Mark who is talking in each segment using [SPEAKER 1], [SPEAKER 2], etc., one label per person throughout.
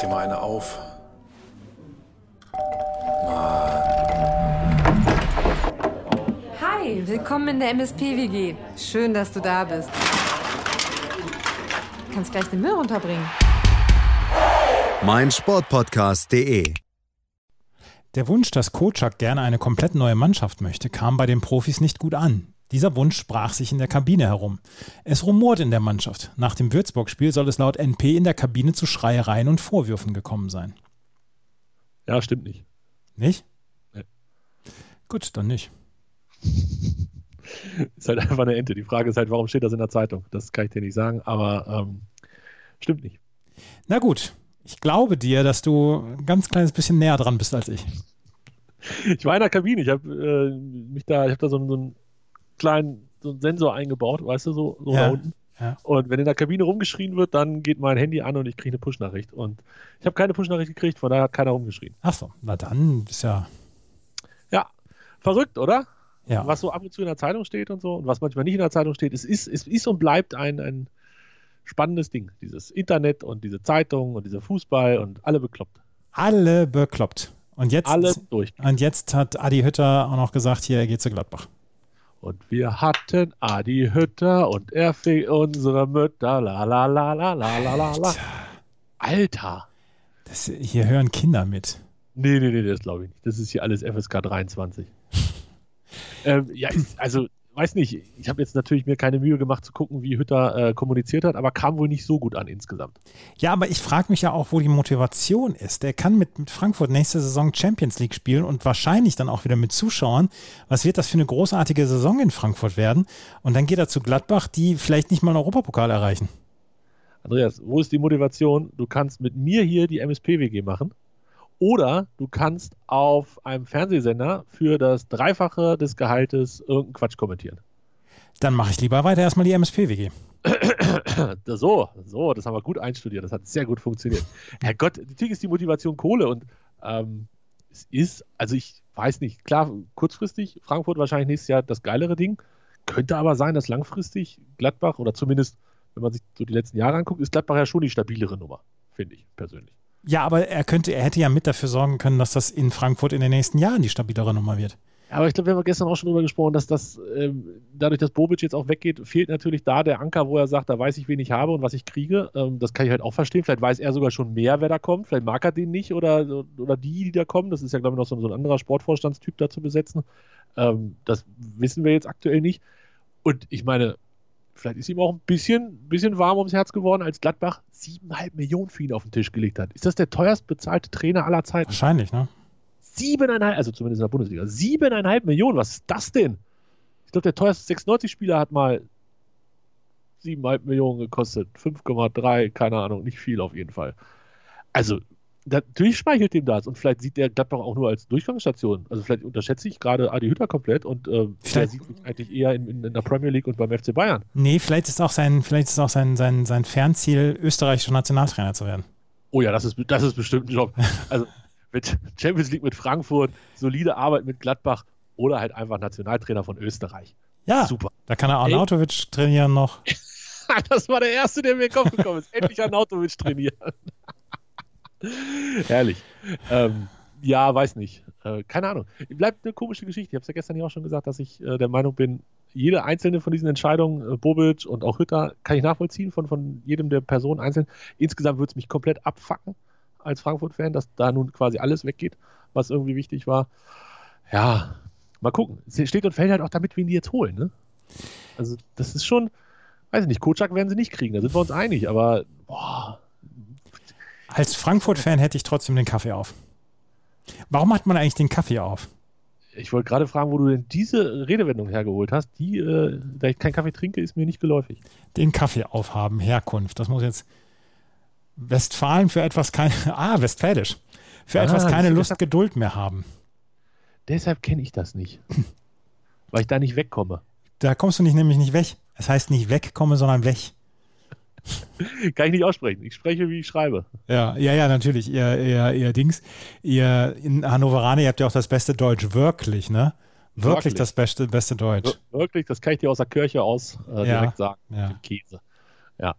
[SPEAKER 1] dir mal eine auf.
[SPEAKER 2] Hi, willkommen in der MSP-WG. Schön, dass du da bist. Du kannst gleich den Müll runterbringen.
[SPEAKER 3] mein Sportpodcast.de.
[SPEAKER 4] Der Wunsch, dass Kocak gerne eine komplett neue Mannschaft möchte, kam bei den Profis nicht gut an. Dieser Wunsch sprach sich in der Kabine herum. Es rumort in der Mannschaft. Nach dem Würzburg-Spiel soll es laut NP in der Kabine zu Schreiereien und Vorwürfen gekommen sein.
[SPEAKER 5] Ja, stimmt nicht.
[SPEAKER 4] Nicht?
[SPEAKER 5] Nee.
[SPEAKER 4] Gut, dann nicht.
[SPEAKER 5] Ist halt einfach eine Ente. Die Frage ist halt, warum steht das in der Zeitung? Das kann ich dir nicht sagen, aber ähm, stimmt nicht.
[SPEAKER 4] Na gut, ich glaube dir, dass du ein ganz kleines bisschen näher dran bist als ich.
[SPEAKER 5] Ich war in der Kabine, ich habe äh, mich da, ich habe da so, einen- so einen kleinen so einen Sensor eingebaut, weißt du, so, so
[SPEAKER 4] Ja,
[SPEAKER 5] da unten.
[SPEAKER 4] ja.
[SPEAKER 5] Und wenn in der Kabine rumgeschrien wird, dann geht mein Handy an und ich kriege eine Push-Nachricht. Und ich habe keine Push-Nachricht gekriegt, von daher hat keiner rumgeschrien.
[SPEAKER 4] Ach so, na dann ist ja.
[SPEAKER 5] Ja, verrückt, oder?
[SPEAKER 4] Ja,
[SPEAKER 5] Was so ab und zu in der Zeitung steht und so und was manchmal nicht in der Zeitung steht, es ist, es ist und bleibt ein, ein spannendes Ding. Dieses Internet und diese Zeitung und dieser Fußball und alle bekloppt.
[SPEAKER 4] alle bekloppt. Und jetzt,
[SPEAKER 5] Alle durch.
[SPEAKER 4] und jetzt hat Adi Hütter auch noch gesagt, hier, er geht zu Gladbach.
[SPEAKER 5] Und wir hatten Adi Hütter und er fing unsere Mütter. La la la la la la la la. Alter.
[SPEAKER 4] Das, hier hören Kinder mit.
[SPEAKER 5] Nee, nee, nee, das glaube ich nicht. Das ist hier alles FSK 23. ähm, ja, ist, also, weiß nicht. Ich habe jetzt natürlich mir keine Mühe gemacht zu gucken, wie Hütter äh, kommuniziert hat, aber kam wohl nicht so gut an insgesamt.
[SPEAKER 4] Ja, aber ich frage mich ja auch, wo die Motivation ist. Der kann mit, mit Frankfurt nächste Saison Champions League spielen und wahrscheinlich dann auch wieder mit Zuschauern. Was wird das für eine großartige Saison in Frankfurt werden? Und dann geht er zu Gladbach, die vielleicht nicht mal einen Europapokal erreichen.
[SPEAKER 5] Andreas, wo ist die Motivation? Du kannst mit mir hier die MSPWG machen. Oder du kannst auf einem Fernsehsender für das Dreifache des Gehaltes irgendeinen Quatsch kommentieren.
[SPEAKER 4] Dann mache ich lieber weiter erstmal die MSP-WG.
[SPEAKER 5] Das- So, so, das haben wir gut einstudiert. Das hat sehr gut funktioniert. Herrgott, natürlich ist die Motivation Kohle und ähm, es ist, also ich weiß nicht, klar, kurzfristig Frankfurt wahrscheinlich nächstes Jahr das geilere Ding. Könnte aber sein, dass langfristig Gladbach oder zumindest, wenn man sich so die letzten Jahre anguckt, ist Gladbach ja schon die stabilere Nummer, finde ich persönlich.
[SPEAKER 4] Ja, aber er könnte, er hätte ja mit dafür sorgen können, dass das in Frankfurt in den nächsten Jahren die stabilere Nummer wird.
[SPEAKER 5] Aber ich glaube, wir haben gestern auch schon drüber gesprochen, dass das ähm, dadurch, dass Bobic jetzt auch weggeht, fehlt natürlich da der Anker, wo er sagt, da weiß ich, wen ich habe und was ich kriege. Ähm, das kann ich halt auch verstehen. Vielleicht weiß er sogar schon mehr, wer da kommt. Vielleicht mag er den nicht oder, oder die, die da kommen. Das ist ja, glaube ich, noch so, so ein anderer Sportvorstandstyp da zu besetzen. Ähm, das wissen wir jetzt aktuell nicht. Und ich meine, vielleicht ist ihm auch ein bisschen, bisschen warm ums Herz geworden, als Gladbach siebeneinhalb Millionen für ihn auf den Tisch gelegt hat. Ist das der teuerst bezahlte Trainer aller Zeiten?
[SPEAKER 4] Wahrscheinlich, ne?
[SPEAKER 5] Siebeneinhalb, also zumindest in der Bundesliga, siebeneinhalb Millionen, was ist das denn? Ich glaube, der teuerste 96-Spieler hat mal siebeneinhalb Millionen gekostet. 5,3, keine Ahnung, nicht viel auf jeden Fall. Also, da- natürlich speichelt dem das und vielleicht sieht der Gladbach auch nur als Durchgangsstation. Also, vielleicht unterschätze ich gerade Adi Hütter komplett und ähm, der
[SPEAKER 4] Vielleicht-
[SPEAKER 5] sieht mich eigentlich eher in, in, in der Premier League und beim FC Bayern.
[SPEAKER 4] Nee, vielleicht ist auch sein, vielleicht ist auch sein, sein, sein Fernziel, österreichischer Nationaltrainer zu werden.
[SPEAKER 5] Oh ja, das ist, das ist bestimmt ein Job. Also mit Champions League mit Frankfurt, solide Arbeit mit Gladbach oder halt einfach Nationaltrainer von Österreich.
[SPEAKER 4] Ja,
[SPEAKER 5] Super.
[SPEAKER 4] da kann er Arnautovic trainieren noch.
[SPEAKER 5] Das war der erste, der mir in den Kopf gekommen ist. Endlich an Autowitsch trainieren. Herrlich. Ähm, ja, weiß nicht. Äh, keine Ahnung. Bleibt eine komische Geschichte. Ich habe es ja gestern hier auch schon gesagt, dass ich äh, der Meinung bin, jede einzelne von diesen Entscheidungen, äh, Bobic und auch Hütter, kann ich nachvollziehen von, von jedem der Personen einzeln. Insgesamt würde es mich komplett abfacken als Frankfurt-Fan, dass da nun quasi alles weggeht, was irgendwie wichtig war. Ja, mal gucken. Es steht und fällt halt auch damit, wen die jetzt holen. Ne? Also, das ist schon, weiß ich nicht, Kotschak werden sie nicht kriegen, da sind wir uns einig, aber boah,
[SPEAKER 4] Als Frankfurt-Fan hätte ich trotzdem den Kaffee auf. Warum hat man eigentlich den Kaffee auf?
[SPEAKER 5] ich wollte gerade fragen, wo du denn diese Redewendung hergeholt hast. Die, äh, da ich keinen Kaffee trinke, ist mir nicht geläufig.
[SPEAKER 4] Den Kaffee aufhaben, Herkunft. Das muss jetzt Westfalen für etwas keine, ah, westfälisch. Für
[SPEAKER 5] Ah,
[SPEAKER 4] etwas keine
[SPEAKER 5] das-
[SPEAKER 4] Lust, Geduld mehr haben.
[SPEAKER 5] Deshalb kenne ich das nicht. weil ich da nicht wegkomme.
[SPEAKER 4] Da kommst du nicht, nämlich nicht weg. Das heißt nicht wegkomme, sondern weg.
[SPEAKER 5] Kann ich nicht aussprechen. Ich spreche, wie ich schreibe.
[SPEAKER 4] Ja, ja, ja, natürlich. Ihr, ihr, ihr Dings, ihr in Hannoveraner, ihr habt ja auch das beste Deutsch, wirklich, ne? Wirklich,
[SPEAKER 5] Wirklich.
[SPEAKER 4] das beste, beste Deutsch.
[SPEAKER 5] Wir- Wirklich, das kann ich dir aus der Kirche aus äh,
[SPEAKER 4] Ja.
[SPEAKER 5] direkt sagen.
[SPEAKER 4] Ja.
[SPEAKER 5] Mit Käse. Ja.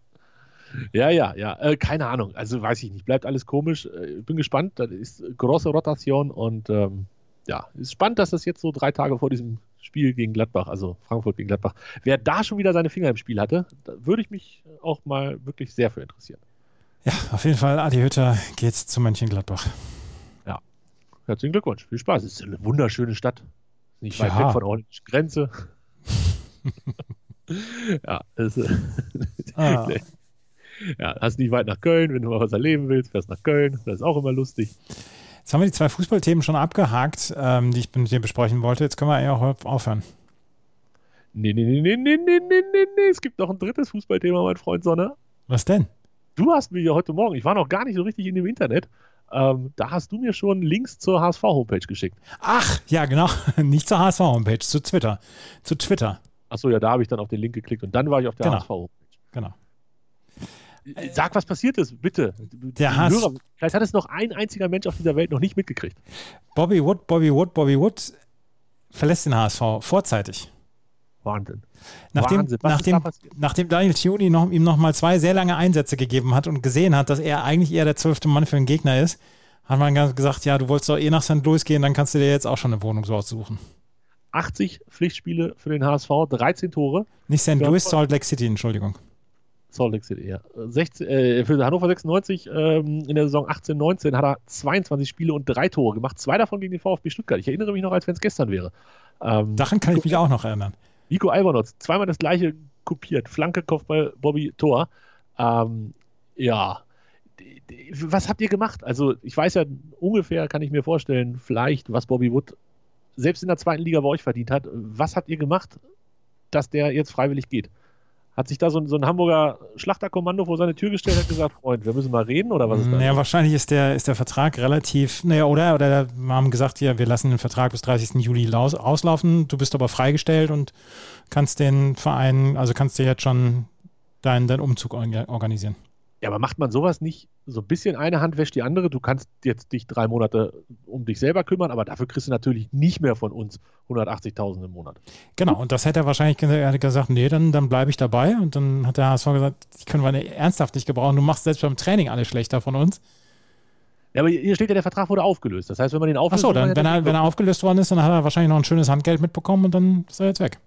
[SPEAKER 5] Ja, ja, ja. Äh, keine Ahnung. Also weiß ich nicht. Bleibt alles komisch. Äh, bin gespannt. Das ist große Rotation und ähm, ja, ist spannend, dass das jetzt so drei Tage vor diesem Spiel gegen Gladbach, also Frankfurt gegen Gladbach, wer da schon wieder seine Finger im Spiel hatte, da würde ich mich auch mal wirklich sehr für interessieren.
[SPEAKER 4] Ja, auf jeden Fall, Adi Hütter geht's zu Mönchengladbach.
[SPEAKER 5] Herzlichen Glückwunsch. Viel Spaß. Es ist eine wunderschöne Stadt. Ist Nicht weit
[SPEAKER 4] Ja.
[SPEAKER 5] weg von der holländischen Grenze. ja, es, äh,
[SPEAKER 4] Ah,
[SPEAKER 5] Nee. ja, hast nicht weit nach Köln. Wenn du mal was erleben willst, fährst nach Köln. Das ist auch immer lustig.
[SPEAKER 4] jetzt haben wir die zwei Fußballthemen schon abgehakt, ähm, die ich mit dir besprechen wollte. Jetzt können wir ja auch aufhören.
[SPEAKER 5] Nee, nee, nee, nee, nee, nee, nee, nee, nee. Es gibt noch ein drittes Fußballthema, mein Freund Sonne.
[SPEAKER 4] Was denn?
[SPEAKER 5] Du hast mir ja heute Morgen, ich war noch gar nicht so richtig in dem Internet, ähm, da hast du mir schon Links zur HSV-Homepage geschickt.
[SPEAKER 4] Ach, ja, genau. Nicht zur HSV-Homepage, zu Twitter. Zu Twitter,
[SPEAKER 5] Achso, ja, da habe ich dann auf den Link geklickt und dann war ich auf der
[SPEAKER 4] Genau.
[SPEAKER 5] HSV-Homepage.
[SPEAKER 4] genau.
[SPEAKER 5] Sag, was passiert ist, bitte.
[SPEAKER 4] Der
[SPEAKER 5] Die
[SPEAKER 4] Hass.
[SPEAKER 5] Hörer, vielleicht hat es noch ein einziger Mensch auf dieser Welt noch nicht mitgekriegt.
[SPEAKER 4] Bobby Wood, Bobby Wood, Bobby Wood verlässt den HSV vorzeitig.
[SPEAKER 5] Wahnsinn.
[SPEAKER 4] Nachdem,
[SPEAKER 5] Wahnsinn, was ist da
[SPEAKER 4] nachdem,
[SPEAKER 5] passiert?
[SPEAKER 4] nachdem Daniel Thioni noch, ihm nochmal zwei sehr lange Einsätze gegeben hat und gesehen hat, dass er eigentlich eher der zwölfte Mann für den Gegner ist, hat man ganz gesagt, ja, du wolltest doch eh nach St. Louis gehen, dann kannst du dir jetzt auch schon eine Wohnung so aussuchen.
[SPEAKER 5] 80 Pflichtspiele für den HSV, 13 Tore.
[SPEAKER 4] Nicht St.
[SPEAKER 5] Ja,
[SPEAKER 4] Louis,
[SPEAKER 5] voll.
[SPEAKER 4] Salt Lake City, Entschuldigung.
[SPEAKER 5] Salt Lake City, ja. 16, äh, für Hannover 96 ähm, in der Saison 18, 19 hat er 22 Spiele und drei Tore gemacht. Zwei davon gegen den VfB Stuttgart. Ich erinnere mich noch, als wenn es gestern wäre. Ähm,
[SPEAKER 4] Daran kann ich mich auch noch erinnern.
[SPEAKER 5] Nico Albanotz, zweimal das gleiche kopiert. Flanke, Kopfball, Bobby, Tor. Ähm, ja. D- d- Was habt ihr gemacht? Also, ich weiß ja ungefähr, kann ich mir vorstellen, vielleicht, was Bobby Wood selbst in der zweiten Liga bei euch verdient hat. Was habt ihr gemacht, dass der jetzt freiwillig geht? Hat sich da so ein, so ein Hamburger Schlachterkommando vor seine Tür gestellt und gesagt, Freund, wir müssen mal reden oder was ist da?
[SPEAKER 4] Naja, wahrscheinlich ist der, ist der Vertrag relativ, naja, oder, oder wir haben gesagt, ja, wir lassen den Vertrag bis 30. Juli laus, auslaufen, du bist aber freigestellt und kannst den Verein, also kannst dir jetzt schon deinen, deinen Umzug orga- organisieren.
[SPEAKER 5] Ja, aber macht man sowas nicht so ein bisschen eine Hand wäscht die andere? Du kannst jetzt dich drei Monate um dich selber kümmern, aber dafür kriegst du natürlich nicht mehr von uns 180.000 im Monat.
[SPEAKER 4] Genau, und das hätte er wahrscheinlich ge- er hätte gesagt, nee, dann, dann bleibe ich dabei. Und dann hat der HSV gesagt, die können wir nicht- ernsthaft nicht gebrauchen. Du machst selbst beim Training alles schlechter von uns.
[SPEAKER 5] Ja, aber hier steht ja, der Vertrag wurde aufgelöst. Das heißt, wenn man den auflöst,
[SPEAKER 4] Achso, dann,
[SPEAKER 5] man
[SPEAKER 4] wenn er, wenn er aufgelöst worden ist, dann hat er wahrscheinlich noch ein schönes Handgeld mitbekommen und dann ist er jetzt weg.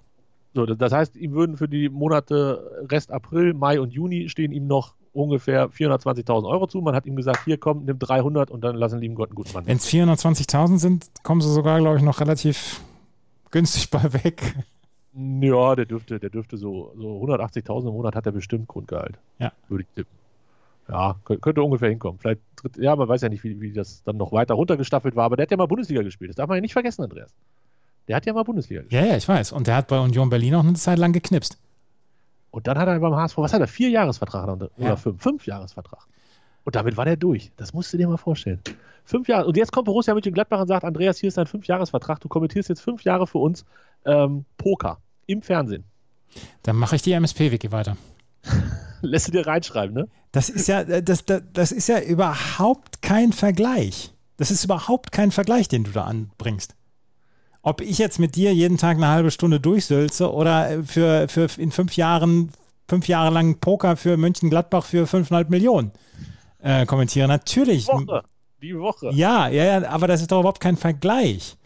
[SPEAKER 5] so, das heißt, ihm würden für die Monate Rest April, Mai und Juni stehen ihm noch ungefähr 420.000 Euro zu. Man hat ihm gesagt, hier komm, nimm 300 und dann lassen lieben Gott einen guten Mann.
[SPEAKER 4] Wenn es 420.000 sind, kommen sie sogar, glaube ich, noch relativ günstig bei weg.
[SPEAKER 5] Ja, der dürfte, der dürfte so, so 180.000 im Monat hat er bestimmt Grundgehalt.
[SPEAKER 4] Ja.
[SPEAKER 5] Würde ich tippen. Ja, kö- könnte ungefähr hinkommen. Vielleicht tritt, ja, man weiß ja nicht, wie, wie das dann noch weiter runtergestaffelt war, aber der hat ja mal Bundesliga gespielt. Das darf man ja nicht vergessen, Andreas. Der hat ja mal Bundesliga gespielt.
[SPEAKER 4] Ja, ja, ich weiß. Und der hat bei Union Berlin auch eine Zeit lang geknipst.
[SPEAKER 5] Und dann hat er beim HSV, was hat er? Vier Jahresvertrag hat er unter- oder
[SPEAKER 4] Ja.
[SPEAKER 5] fünf? Fünf Jahresvertrag. Und damit war der durch. Das musst du dir mal vorstellen. Fünf Jahre. Und jetzt kommt Borussia Mönchengladbach und sagt, Andreas, hier ist dein Fünfjahresvertrag. Du kommentierst jetzt fünf Jahre für uns ähm, Poker im Fernsehen.
[SPEAKER 4] Dann mache ich die MSP-Wiki weiter.
[SPEAKER 5] Lässt du dir reinschreiben, ne?
[SPEAKER 4] Das ist ja, äh, das, das, das ist ja überhaupt kein Vergleich. Das ist überhaupt kein Vergleich, den du da anbringst. Ob ich jetzt mit dir jeden Tag eine halbe Stunde durchsülze oder äh, für, für in fünf Jahren, fünf Jahre lang Poker für Mönchengladbach für 5,5 Millionen äh, kommentiere. Natürlich.
[SPEAKER 5] Woche. Die Woche.
[SPEAKER 4] Ja, ja, ja, aber das ist doch überhaupt kein Vergleich.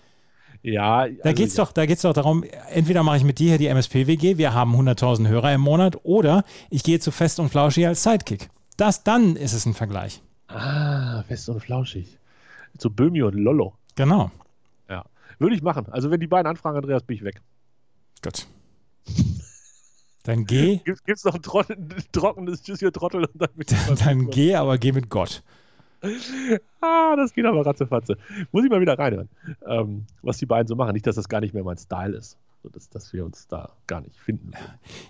[SPEAKER 5] Also Ja,
[SPEAKER 4] Da geht's doch, da geht's doch darum, entweder mache ich mit dir hier die MSP-WG, wir haben 100.000 Hörer im Monat, oder ich gehe zu Fest und Flauschig als Sidekick. Das, dann ist es ein Vergleich.
[SPEAKER 5] Ah, fest und flauschig. Zu Böhmi und Lollo.
[SPEAKER 4] Genau.
[SPEAKER 5] Ja. Würde ich machen. Also, wenn die beiden anfragen, Andreas, bin ich weg.
[SPEAKER 4] Gut. Dann geh,
[SPEAKER 5] Gibt es noch ein trot- ein trockenes Tschüss, ihr Trottel? Und dann bin ich mal
[SPEAKER 4] dann
[SPEAKER 5] weg.
[SPEAKER 4] geh, aber geh mit Gott.
[SPEAKER 5] Ah, das geht aber ratzefatze. Muss ich mal wieder reinhören, ähm, was die beiden so machen. Nicht, dass das gar nicht mehr mein Style ist. So, dass, dass wir uns da gar nicht finden.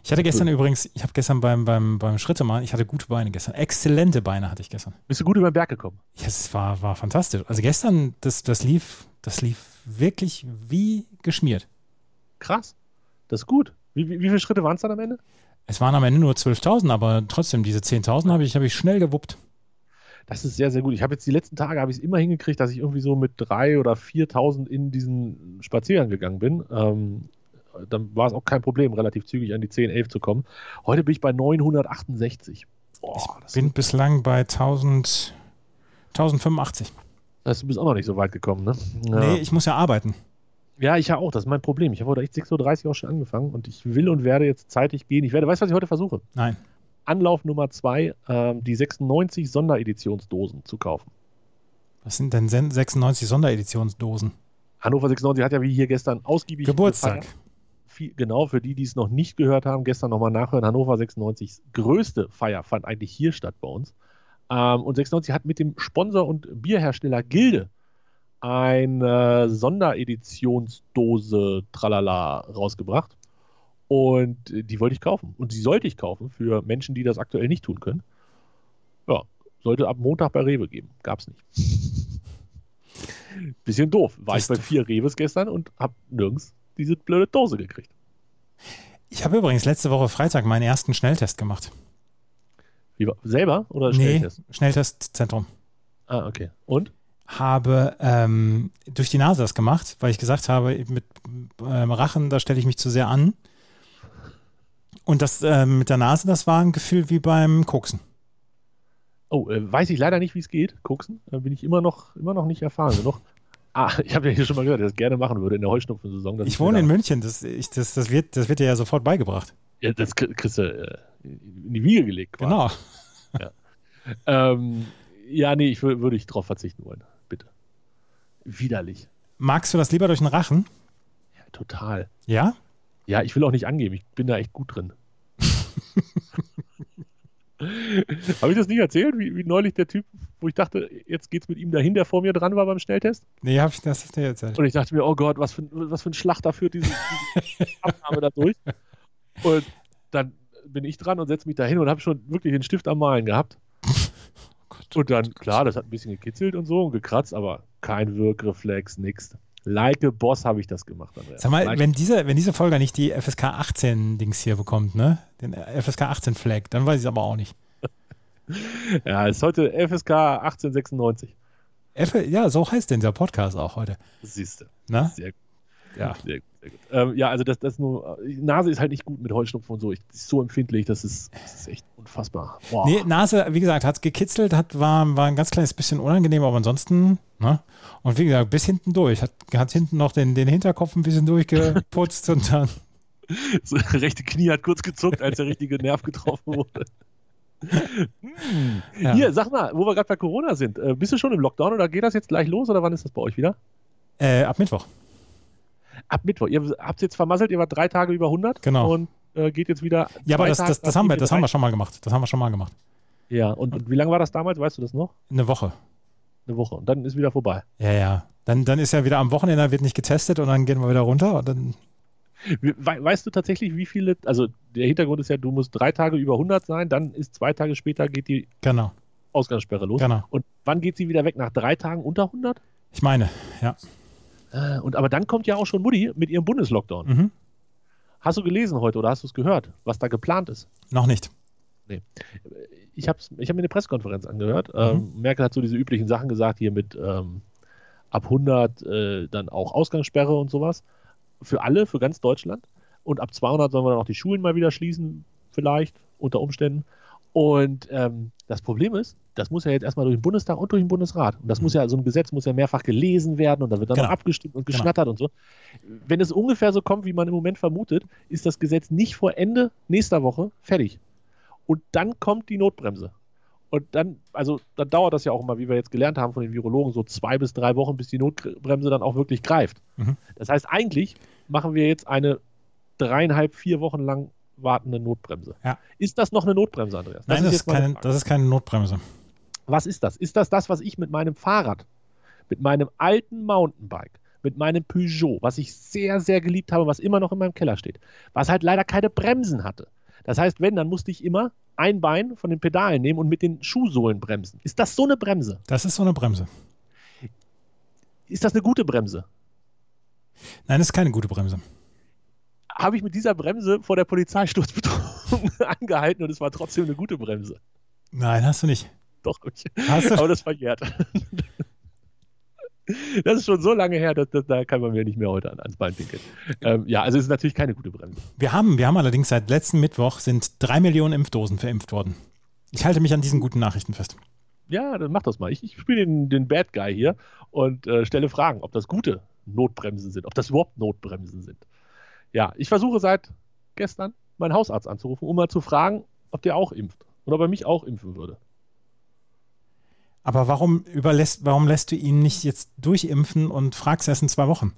[SPEAKER 4] Ich hatte gestern übrigens, ich habe gestern beim, beim, beim Schritte machen, ich hatte gute Beine gestern. Exzellente Beine hatte ich gestern.
[SPEAKER 5] Bist du gut über den Berg gekommen?
[SPEAKER 4] Ja, es war, war fantastisch. Also gestern, das, das lief, das lief wirklich wie geschmiert.
[SPEAKER 5] Krass. Das ist gut. Wie, wie, wie viele Schritte waren es dann am Ende?
[SPEAKER 4] Es waren am Ende nur 12.000, aber trotzdem, diese 10.000 habe ich, habe ich schnell gewuppt.
[SPEAKER 5] Das ist sehr, sehr gut. Ich habe jetzt die letzten Tage habe ich es immer hingekriegt, dass ich irgendwie so mit 3.000 oder 4.000 in diesen Spaziergang gegangen bin. Ähm, dann war es auch kein Problem, relativ zügig an die 10, 11 zu kommen. Heute bin ich bei 968. Boah, das,
[SPEAKER 4] Bin bislang bei 1000, 1085.
[SPEAKER 5] das, du bist auch noch nicht so weit gekommen, ne? Ja.
[SPEAKER 4] Nee, ich muss ja arbeiten.
[SPEAKER 5] Ja, ich ja auch. Das ist mein Problem. Ich habe heute echt 6.30 Uhr auch schon angefangen und ich will und werde jetzt zeitig gehen. Ich werde, weißt du, was ich heute versuche?
[SPEAKER 4] Nein.
[SPEAKER 5] Anlauf Nummer zwei, ähm, die 96 Sondereditionsdosen zu kaufen.
[SPEAKER 4] Was sind denn sen- 96 Sondereditionsdosen?
[SPEAKER 5] Hannover 96 hat ja wie hier gestern ausgiebig
[SPEAKER 4] Geburtstag.
[SPEAKER 5] gefeiert. Viel, genau, für die, die es noch nicht gehört haben, gestern nochmal nachhören. Hannover 96's größte Feier fand eigentlich hier statt bei uns. Ähm, und 96 hat mit dem Sponsor und Bierhersteller Gilde eine äh, Sondereditionsdose tralala rausgebracht. Und äh, die wollte ich kaufen. Und die sollte ich kaufen für Menschen, die das aktuell nicht tun können. Ja, sollte ab Montag bei Rewe geben. Gab's nicht. Bisschen doof. War
[SPEAKER 4] Das
[SPEAKER 5] ich bei
[SPEAKER 4] ist doof.
[SPEAKER 5] vier Rewes gestern und hab nirgends diese blöde Dose gekriegt.
[SPEAKER 4] Ich habe übrigens letzte Woche Freitag meinen ersten Schnelltest gemacht.
[SPEAKER 5] Wie war, selber oder
[SPEAKER 4] Nee,
[SPEAKER 5] Schnelltest?
[SPEAKER 4] Schnelltestzentrum.
[SPEAKER 5] Ah, okay. Und?
[SPEAKER 4] Habe ähm, durch die Nase das gemacht, weil ich gesagt habe, mit ähm, Rachen, da stelle ich mich zu sehr an. Und das ähm, mit der Nase, das war ein Gefühl wie beim Koksen.
[SPEAKER 5] Oh, äh, weiß ich leider nicht, wie es geht. Gucksen. Da bin ich immer noch, immer noch nicht erfahren genug. Ah, ich habe ja hier schon mal gesagt, dass ich das gerne machen würde in der Heuschnupfensaison. dass
[SPEAKER 4] Ich wohne in
[SPEAKER 5] mir
[SPEAKER 4] München, das, ich, das, das, wird, das wird dir ja sofort beigebracht.
[SPEAKER 5] da- Ja, das krie- kriegst du äh, in die Wiege gelegt. quasi.
[SPEAKER 4] Genau.
[SPEAKER 5] Ähm, ja, nee, ich wür- würde ich drauf verzichten wollen. Bitte. Widerlich.
[SPEAKER 4] Magst du das lieber durch den Rachen?
[SPEAKER 5] Ja, total.
[SPEAKER 4] Ja?
[SPEAKER 5] Ja, ich will auch nicht angeben. Ich bin da echt gut drin. Habe ich das nicht erzählt, wie, wie neulich der Typ, wo ich dachte, jetzt geht's mit ihm dahin, der vor mir dran war beim Schnelltest?
[SPEAKER 4] Nee, hab ich das hast du ja erzählt.
[SPEAKER 5] Und ich dachte mir, oh Gott, was für, ein- was für ein Schlachter führt diese, diese Abnahme da durch. Und dann bin ich dran und setze mich da hin und habe schon wirklich den Stift am Malen gehabt.
[SPEAKER 4] Oh
[SPEAKER 5] Und dann, klar, das hat ein bisschen gekitzelt und so und gekratzt, aber kein Wirkreflex, nix. Like a Boss habe ich das gemacht. Andreas.
[SPEAKER 4] Sag mal,
[SPEAKER 5] like
[SPEAKER 4] wenn, diese, wenn diese Folge nicht die FSK 18-Dings hier bekommt, ne? Den FSK 18-Flag, dann weiß ich es aber auch nicht.
[SPEAKER 5] ja, ist heute FSK 1896.
[SPEAKER 4] F ja, so heißt denn dieser Podcast auch heute.
[SPEAKER 5] Siehste.
[SPEAKER 4] Ne?
[SPEAKER 5] Sehr gut.
[SPEAKER 4] Ja.
[SPEAKER 5] Sehr gut, sehr gut. Ähm, ja, also das, das nur, Nase ist halt nicht gut mit Heuschnupfen und so. Ich, ist so empfindlich, das ist, das ist echt unfassbar. Boah.
[SPEAKER 4] Nee, Nase, wie gesagt, hat gekitzelt, hat, war, war ein ganz kleines bisschen unangenehm, aber ansonsten, ne? Und wie gesagt, bis hinten durch. Hat, hat hinten noch den, den Hinterkopf ein bisschen durchgeputzt und dann.
[SPEAKER 5] Das rechte Knie hat kurz gezuckt, als der richtige Nerv getroffen wurde. Hm.
[SPEAKER 4] Ja.
[SPEAKER 5] Hier, sag mal, wo wir gerade bei Corona sind, äh, bist du schon im Lockdown oder geht das jetzt gleich los oder wann ist das bei euch wieder?
[SPEAKER 4] Äh, ab Mittwoch.
[SPEAKER 5] Ab Mittwoch. Ihr habt jetzt vermasselt, ihr wart drei Tage über 100
[SPEAKER 4] Genau.
[SPEAKER 5] und äh, geht jetzt wieder.
[SPEAKER 4] Ja, aber
[SPEAKER 5] zwei
[SPEAKER 4] das,
[SPEAKER 5] Tage
[SPEAKER 4] das, das,
[SPEAKER 5] nach
[SPEAKER 4] haben wir,
[SPEAKER 5] die
[SPEAKER 4] das haben wir schon mal gemacht. Das haben wir schon mal gemacht.
[SPEAKER 5] drei- Ja, und, und wie lange war das damals? Weißt du das noch?
[SPEAKER 4] Eine Woche.
[SPEAKER 5] Eine Woche. Und dann ist wieder vorbei.
[SPEAKER 4] Ja, ja. Dann, dann ist ja wieder am Wochenende, wird nicht getestet und dann gehen wir wieder runter und dann
[SPEAKER 5] We wei- weißt du tatsächlich, wie viele? Also, der Hintergrund ist ja, du musst drei Tage über 100 sein, dann ist zwei Tage später geht die
[SPEAKER 4] Genau,
[SPEAKER 5] Ausgangssperre los.
[SPEAKER 4] genau.
[SPEAKER 5] Und wann geht sie wieder weg? Nach drei Tagen unter 100?
[SPEAKER 4] Ich meine, ja.
[SPEAKER 5] Äh, Und aber dann kommt ja auch schon Mutti mit ihrem Bundeslockdown.
[SPEAKER 4] Mhm.
[SPEAKER 5] Hast du gelesen heute oder hast du es gehört, was da geplant ist?
[SPEAKER 4] Noch nicht.
[SPEAKER 5] Ich habe ich hab mir eine Pressekonferenz angehört.
[SPEAKER 4] Mhm.
[SPEAKER 5] Ähm, Merkel hat so diese üblichen Sachen gesagt, hier mit ähm, ab 100 äh, dann auch Ausgangssperre und sowas. Für alle, für ganz Deutschland. Und ab 200 sollen wir dann auch die Schulen mal wieder schließen, vielleicht, unter Umständen. Und ähm, das Problem ist, das muss ja jetzt erstmal durch den Bundestag und durch den Bundesrat. Und das muss ja, so ein Gesetz muss ja mehrfach gelesen werden und dann wird dann
[SPEAKER 4] Mhm. Genau.
[SPEAKER 5] noch abgestimmt und
[SPEAKER 4] Genau.
[SPEAKER 5] geschnattert und so. Wenn es ungefähr so kommt, wie man im Moment vermutet, ist das Gesetz nicht vor Ende nächster Woche fertig. Und dann kommt die Notbremse. Und dann, also dann dauert das ja auch immer, wie wir jetzt gelernt haben von den Virologen, so zwei bis drei Wochen, bis die Notbremse dann auch wirklich greift.
[SPEAKER 4] Mhm.
[SPEAKER 5] Das heißt, eigentlich machen wir jetzt eine dreieinhalb, vier Wochen lang wartende Notbremse.
[SPEAKER 4] Ja.
[SPEAKER 5] Ist das noch eine Notbremse, Andreas?
[SPEAKER 4] Nein, das
[SPEAKER 5] jetzt
[SPEAKER 4] ist,
[SPEAKER 5] meine
[SPEAKER 4] keine,
[SPEAKER 5] Frage.
[SPEAKER 4] das ist keine Notbremse.
[SPEAKER 5] Was ist das? Ist das das, was ich mit meinem Fahrrad, mit meinem alten Mountainbike, mit meinem Peugeot, was ich sehr, sehr geliebt habe, was immer noch in meinem Keller steht, was halt leider keine Bremsen hatte? Das heißt, wenn, dann musste ich immer ein Bein von den Pedalen nehmen und mit den Schuhsohlen bremsen. Ist das so eine Bremse?
[SPEAKER 4] Das ist so eine Bremse.
[SPEAKER 5] Ist das eine gute Bremse?
[SPEAKER 4] Nein, das ist keine gute Bremse.
[SPEAKER 5] Habe ich mit dieser Bremse vor der Polizei sturzbetrunken angehalten und es war trotzdem eine gute Bremse.
[SPEAKER 4] Nein, hast du nicht.
[SPEAKER 5] Doch, hab ich.
[SPEAKER 4] Hast du?
[SPEAKER 5] Aber das verjährt. Das ist schon so lange her, dass, dass, da kann man mir nicht mehr heute an, ans Bein pinkeln. Ähm, ja, also es ist natürlich keine gute Bremse.
[SPEAKER 4] Wir haben, wir haben allerdings seit letzten Mittwoch sind drei Millionen Impfdosen verimpft worden. Ich halte mich an diesen guten Nachrichten fest.
[SPEAKER 5] Ja, dann mach das mal. Ich, ich spiele den, den Bad Guy hier und äh, stelle Fragen, ob das gute Notbremsen sind, ob das überhaupt Notbremsen sind. Ja, ich versuche seit gestern meinen Hausarzt anzurufen, um mal zu fragen, ob der auch impft und ob er mich auch impfen würde.
[SPEAKER 4] Aber warum überlässt, warum lässt du ihn nicht jetzt durchimpfen und fragst erst in zwei Wochen?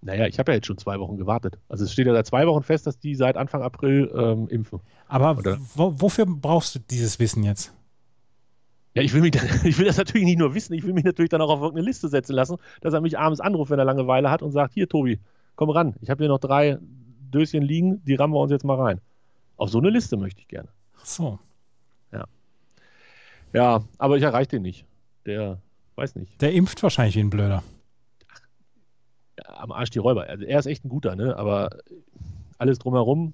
[SPEAKER 5] Naja, ich habe ja jetzt schon zwei Wochen gewartet. Also es steht ja seit zwei Wochen fest, dass die seit Anfang April ähm, impfen.
[SPEAKER 4] Aber
[SPEAKER 5] Oder-
[SPEAKER 4] wo, wofür brauchst du dieses Wissen jetzt?
[SPEAKER 5] Ja, ich will, mich dann, ich will das natürlich nicht nur wissen, ich will mich natürlich dann auch auf irgendeine Liste setzen lassen, dass er mich abends anruft, wenn er Langeweile hat und sagt, hier Tobi, komm ran, ich habe hier noch drei Döschen liegen, die rammen wir uns jetzt mal rein. Auf so eine Liste möchte ich gerne.
[SPEAKER 4] Ach So,
[SPEAKER 5] Ja, aber ich erreiche den nicht. Der, weiß nicht,
[SPEAKER 4] der impft wahrscheinlich wie ein Blöder.
[SPEAKER 5] am Arsch die Räuber. Also er ist echt ein guter, ne? aber alles drumherum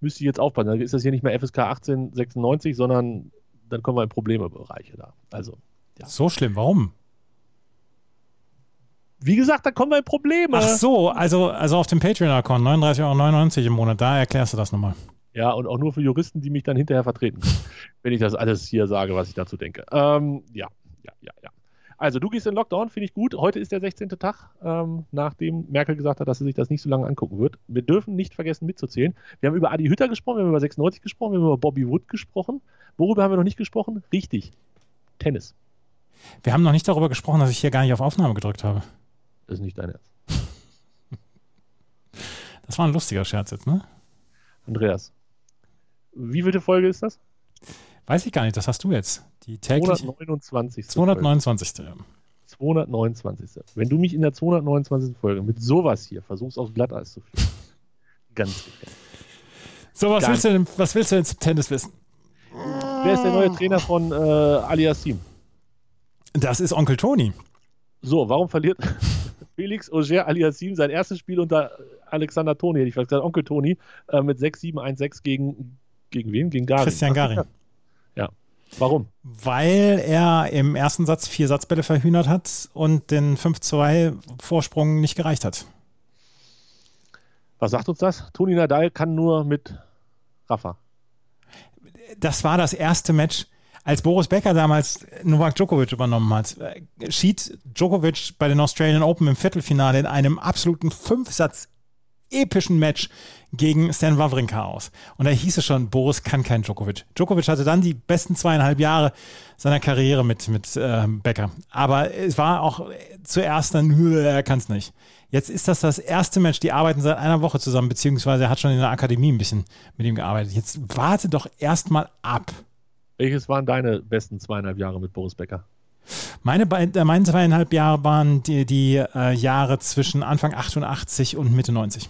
[SPEAKER 5] müsste ich jetzt aufpassen. Dann ist das hier nicht mehr FSK 1896, sondern dann kommen wir in Problembereiche da. Also, Ja.
[SPEAKER 4] So schlimm, warum?
[SPEAKER 5] wie gesagt, da kommen wir in Probleme.
[SPEAKER 4] Ach so, also, also auf dem Patreon-Account, 39,99 Euro im Monat, da erklärst du das nochmal.
[SPEAKER 5] Ja, und auch nur für Juristen, die mich dann hinterher vertreten können, wenn ich das alles hier sage, was ich dazu denke. Ähm, ja, ja, ja, ja. Also, du gehst in Lockdown, finde ich gut. Heute ist der 16. Tag, ähm, nachdem Merkel gesagt hat, dass sie sich das nicht so lange angucken wird. Wir dürfen nicht vergessen mitzuzählen. Wir haben über Adi Hütter gesprochen, wir haben über 96 gesprochen, wir haben über Bobby Wood gesprochen. Worüber haben wir noch nicht gesprochen? Richtig. Tennis.
[SPEAKER 4] Wir haben noch nicht darüber gesprochen, dass ich hier gar nicht auf Aufnahme gedrückt habe.
[SPEAKER 5] Das ist nicht dein Ernst.
[SPEAKER 4] Das war ein lustiger Scherz jetzt, ne?
[SPEAKER 5] Andreas. Wie viele Folge ist das?
[SPEAKER 4] Weiß ich gar nicht, das hast du jetzt. Die tägliche
[SPEAKER 5] 229. Folge.
[SPEAKER 4] 229.
[SPEAKER 5] 229. Wenn du mich in der 229. Folge mit sowas hier versuchst, aufs Glatteis zu führen. Ganz gefährlich.
[SPEAKER 4] So, was
[SPEAKER 5] Gar
[SPEAKER 4] willst, du denn, was willst du denn zum Tennis wissen?
[SPEAKER 5] Wer ist der neue Trainer von äh, Aliassim?
[SPEAKER 4] Das ist Onkel Toni.
[SPEAKER 5] So, warum verliert Felix Auger Aliassim sein erstes Spiel unter Alexander Toni, hätte ich fast gesagt, Onkel Toni, äh, mit 6-7-1-6 gegen, gegen wen? Gegen Garin.
[SPEAKER 4] Christian Garin.
[SPEAKER 5] Warum?
[SPEAKER 4] Weil er im ersten Satz vier Satzbälle verhühnert hat und den 5-2-Vorsprung nicht gereicht hat.
[SPEAKER 5] Was sagt uns das? Toni Nadal kann nur mit Rafa.
[SPEAKER 4] Das war das erste Match, als Boris Becker damals Novak Djokovic übernommen hat. äh, Schied Djokovic bei den Australian Open im Viertelfinale in einem absoluten Fünfsatz epischen Match gegen Stan Wawrinka aus. Und da hieß es schon, Boris kann kein Djokovic. Djokovic hatte dann die besten zweieinhalb Jahre seiner Karriere mit, mit äh, Becker. Aber es war auch zuerst dann, "Nö, er kann es nicht. Jetzt ist das das erste Match, die arbeiten seit einer Woche zusammen, beziehungsweise er hat schon in der Akademie ein bisschen mit ihm gearbeitet. Jetzt warte doch erstmal ab.
[SPEAKER 5] Welches waren deine besten zweieinhalb Jahre mit Boris Becker?
[SPEAKER 4] Meine, bei- äh, meine zweieinhalb Jahre waren die, die äh, Jahre zwischen Anfang 88 und Mitte 90.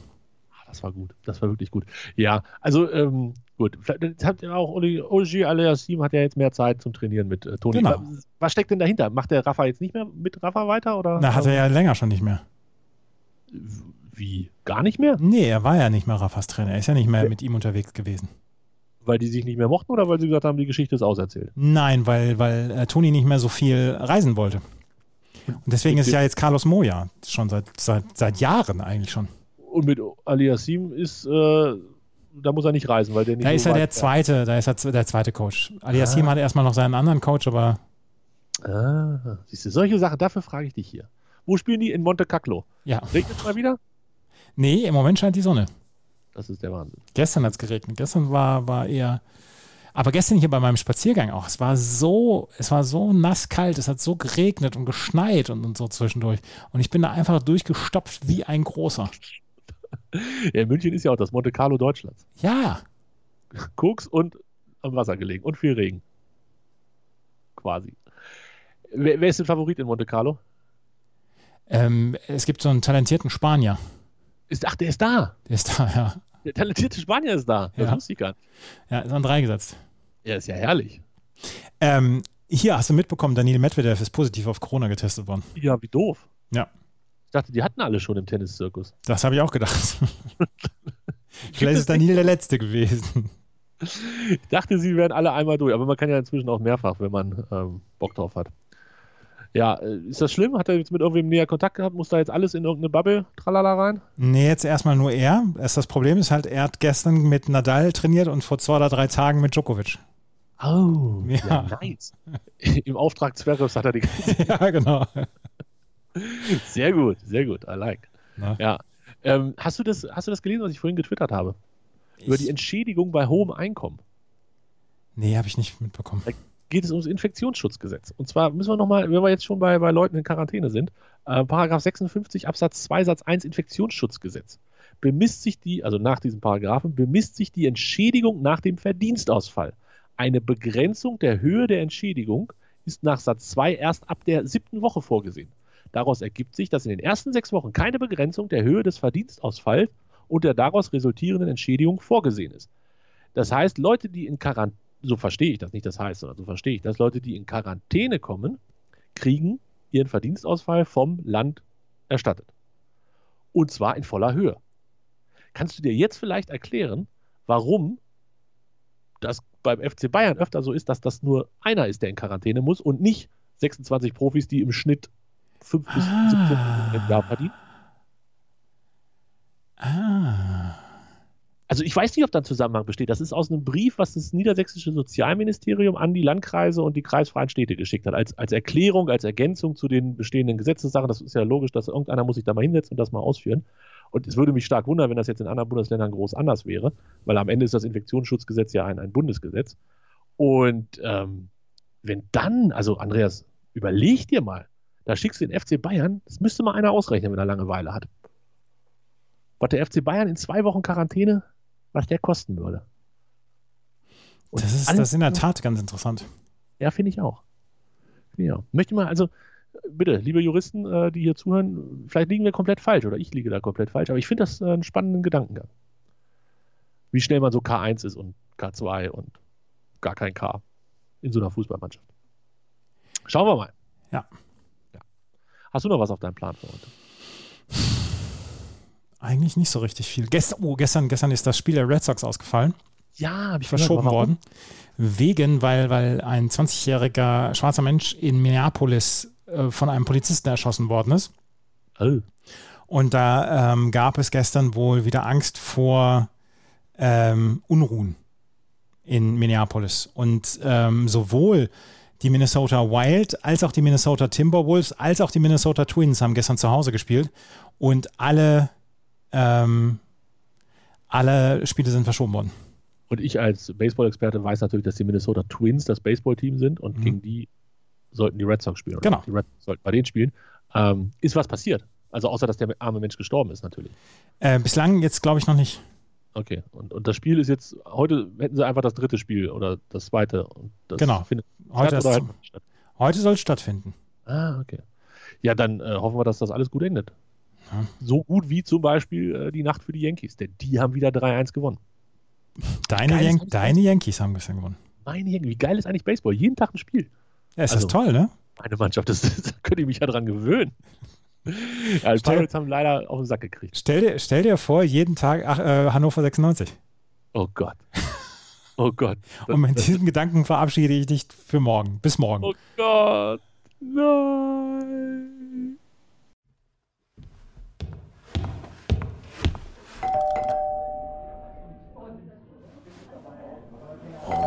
[SPEAKER 5] Ah, Das war gut. Das war wirklich gut. Ja, also ähm, gut. Vielleicht- Jetzt habt ihr auch Oli- Oji Aliassim hat ja jetzt mehr Zeit zum Trainieren mit äh, Toni.
[SPEAKER 4] Genau.
[SPEAKER 5] Was, was steckt denn dahinter? Macht der Rafa jetzt nicht mehr mit Rafa weiter oder?
[SPEAKER 4] Da hat er
[SPEAKER 5] äh,
[SPEAKER 4] ja länger schon nicht mehr.
[SPEAKER 5] wie gar nicht mehr?
[SPEAKER 4] Nee, er war ja nicht mehr Rafas Trainer. Er ist ja nicht mehr mit ihm unterwegs gewesen.
[SPEAKER 5] Weil die sich nicht mehr mochten oder weil sie gesagt haben, die Geschichte ist auserzählt?
[SPEAKER 4] Nein, weil, weil äh, Toni nicht mehr so viel reisen wollte. Und deswegen ist ja jetzt Carlos Moya schon seit, seit, seit Jahren eigentlich schon.
[SPEAKER 5] Und mit Aliassim ist, äh, da muss er nicht reisen, weil der nicht.
[SPEAKER 4] Da
[SPEAKER 5] so
[SPEAKER 4] ist er der
[SPEAKER 5] weit-
[SPEAKER 4] zweite, da ist er z- der zweite Coach. Aliassim hatte erstmal noch seinen anderen Coach, aber
[SPEAKER 5] Ah, siehst du, solche Sachen. Dafür frage ich dich hier. Wo spielen die in Monte Carlo?
[SPEAKER 4] ja.
[SPEAKER 5] Regnet mal wieder?
[SPEAKER 4] Nee, im Moment scheint die Sonne.
[SPEAKER 5] Das ist der Wahnsinn.
[SPEAKER 4] Gestern hat es geregnet. Gestern war, war eher. Aber gestern hier bei meinem Spaziergang auch. Es war so, es war so nass kalt. Es hat so geregnet und geschneit und, und so zwischendurch. Und ich bin da einfach durchgestopft wie ein großer.
[SPEAKER 5] Ja, in München ist ja auch das Monte Carlo Deutschlands.
[SPEAKER 4] Ja,
[SPEAKER 5] Koks und am Wasser gelegen und viel Regen. Quasi. Wer, wer ist der Favorit in Monte Carlo?
[SPEAKER 4] ähm, es gibt so einen talentierten Spanier.
[SPEAKER 5] Ist, ach, der ist da.
[SPEAKER 4] Der ist da, ja.
[SPEAKER 5] Der talentierte Spanier ist da. Das
[SPEAKER 4] Ja.
[SPEAKER 5] wusste ich gar nicht.
[SPEAKER 4] Ja, ist an drei gesetzt.
[SPEAKER 5] Ja, ist ja herrlich.
[SPEAKER 4] Ähm, hier hast du mitbekommen, Daniel Medvedev ist positiv auf Corona getestet worden.
[SPEAKER 5] Ja, wie doof.
[SPEAKER 4] Ja.
[SPEAKER 5] Ich dachte, die hatten alle schon im Tenniszirkus.
[SPEAKER 4] Das habe ich auch gedacht. Vielleicht ist Daniel der Letzte gewesen.
[SPEAKER 5] Ich dachte, sie wären alle einmal durch. Aber man kann ja inzwischen auch mehrfach, wenn man ähm, Bock drauf hat. Ja, äh, ist das schlimm? Hat er jetzt mit irgendwem näher Kontakt gehabt? Muss da jetzt alles in irgendeine Bubble tralala rein?
[SPEAKER 4] Nee, jetzt erstmal nur er. Es- Das Problem ist halt, er hat gestern mit Nadal trainiert und vor zwei oder drei Tagen mit Djokovic.
[SPEAKER 5] Oh, ja,
[SPEAKER 4] Ja.
[SPEAKER 5] nice. Im Auftrag Zwergos hat er die
[SPEAKER 4] ja, genau.
[SPEAKER 5] Sehr gut, sehr gut. I like.
[SPEAKER 4] Na?
[SPEAKER 5] Ja. Ähm, hast, du das, hast du das gelesen, was ich vorhin getwittert habe? Über die Entschädigung bei hohem Einkommen.
[SPEAKER 4] Nee, habe ich nicht mitbekommen.
[SPEAKER 5] Geht es ums Infektionsschutzgesetz. Und zwar müssen wir nochmal, wenn wir jetzt schon bei, bei Leuten in Quarantäne sind, äh, Paragraph 56 Absatz 2 Satz 1 Infektionsschutzgesetz. Bemisst sich die, also nach diesem Paragraphen, bemisst sich die Entschädigung nach dem Verdienstausfall. Eine Begrenzung der Höhe der Entschädigung ist nach Satz 2 erst ab der siebten Woche vorgesehen. Daraus ergibt sich, dass in den ersten sechs Wochen keine Begrenzung der Höhe des Verdienstausfalls und der daraus resultierenden Entschädigung vorgesehen ist. Das heißt, Leute, die in Quarantäne, so verstehe ich das nicht, das heißt, sondern so verstehe ich das, Leute, die in Quarantäne kommen, kriegen ihren Verdienstausfall vom Land erstattet. Und zwar in voller Höhe. Kannst du dir jetzt vielleicht erklären, warum das beim FC Bayern öfter so ist, dass das nur einer ist, der in Quarantäne muss und nicht 26 Profis, die im Schnitt 5 bis 17 Millionen im Jahr verdienen?
[SPEAKER 4] Ah.
[SPEAKER 5] Also ich weiß nicht, ob da ein Zusammenhang besteht. Das ist aus einem Brief, was das niedersächsische Sozialministerium an die Landkreise und die kreisfreien Städte geschickt hat. Als, als Erklärung, als Ergänzung zu den bestehenden Gesetzessachen. Das ist ja logisch, dass irgendeiner muss sich da mal hinsetzen und das mal ausführen. Und es würde mich stark wundern, wenn das jetzt in anderen Bundesländern groß anders wäre, weil am Ende ist das Infektionsschutzgesetz ja ein, ein Bundesgesetz. Und ähm, wenn dann, also Andreas, überleg dir mal, da schickst du den FC Bayern, das müsste mal einer ausrechnen, wenn er Langeweile hat. Was der FC Bayern in zwei Wochen Quarantäne was der kosten würde. Und
[SPEAKER 4] Das ist,
[SPEAKER 5] alles-
[SPEAKER 4] das ist in der Tat ganz interessant.
[SPEAKER 5] Ja, finde ich auch. Finde ich auch. Möchte mal, also, bitte, liebe Juristen, äh, die hier zuhören, vielleicht liegen wir komplett falsch oder ich liege da komplett falsch, aber ich finde das äh, einen spannenden Gedankengang. Wie schnell man so K1 ist und K2 und gar kein K in so einer Fußballmannschaft. Schauen wir mal.
[SPEAKER 4] Ja.
[SPEAKER 5] ja. Hast du noch was auf deinem Plan für heute?
[SPEAKER 4] Eigentlich nicht so richtig viel. Gest oh, gestern, gestern ist das Spiel der Red Sox ausgefallen,
[SPEAKER 5] Ja, hab ich gehört,
[SPEAKER 4] verschoben
[SPEAKER 5] warum?
[SPEAKER 4] worden. Wegen, weil, weil ein 20-jähriger schwarzer Mensch in Minneapolis äh, von einem Polizisten erschossen worden ist.
[SPEAKER 5] Oh.
[SPEAKER 4] Und da ähm, gab es gestern wohl wieder Angst vor ähm, Unruhen in Minneapolis. Und ähm, sowohl die Minnesota Wild als auch die Minnesota Timberwolves als auch die Minnesota Twins haben gestern zu Hause gespielt. Und alle, ähm, alle Spiele sind verschoben worden.
[SPEAKER 5] Und ich als Baseball-Experte weiß natürlich, dass die Minnesota Twins das Baseball-Team sind und gegen die sollten die Red Sox spielen.
[SPEAKER 4] Mhm. Genau.
[SPEAKER 5] Die Red Sox sollten bei denen spielen. Ähm, ist was passiert? Also außer, dass der arme Mensch gestorben ist natürlich.
[SPEAKER 4] Äh, bislang jetzt glaube ich noch nicht.
[SPEAKER 5] Okay. Und, und das Spiel ist jetzt, heute hätten sie einfach das dritte Spiel oder das zweite. Und das
[SPEAKER 4] Genau.
[SPEAKER 5] Findet
[SPEAKER 4] Heute,
[SPEAKER 5] statt
[SPEAKER 4] ist-
[SPEAKER 5] oder halt nicht statt.
[SPEAKER 4] heute soll es stattfinden.
[SPEAKER 5] Ah, okay. Ja, dann äh, hoffen wir, dass das alles gut endet.
[SPEAKER 4] Ja.
[SPEAKER 5] So gut wie zum Beispiel äh, die Nacht für die Yankees, denn die haben wieder 3-1 gewonnen.
[SPEAKER 4] Deine,
[SPEAKER 5] Geiles
[SPEAKER 4] Yan
[SPEAKER 5] Handball.
[SPEAKER 4] deine Yankees haben gestern gewonnen.
[SPEAKER 5] Meine Yankees, wie geil ist eigentlich Baseball? Jeden Tag ein Spiel.
[SPEAKER 4] Ja, ist
[SPEAKER 5] Also,
[SPEAKER 4] das toll, ne?
[SPEAKER 5] meine Mannschaft, das, das könnte ich mich ja dran gewöhnen. Ja, die
[SPEAKER 4] Stell-
[SPEAKER 5] Pirates haben leider auf den Sack gekriegt.
[SPEAKER 4] Stell dir, stell dir vor, jeden Tag ach, äh, Hannover 96.
[SPEAKER 5] Oh Gott. Oh Gott.
[SPEAKER 4] Und mit diesem Gedanken verabschiede ich dich für morgen. Bis morgen.
[SPEAKER 5] oh Gott. Nein.
[SPEAKER 1] Oh,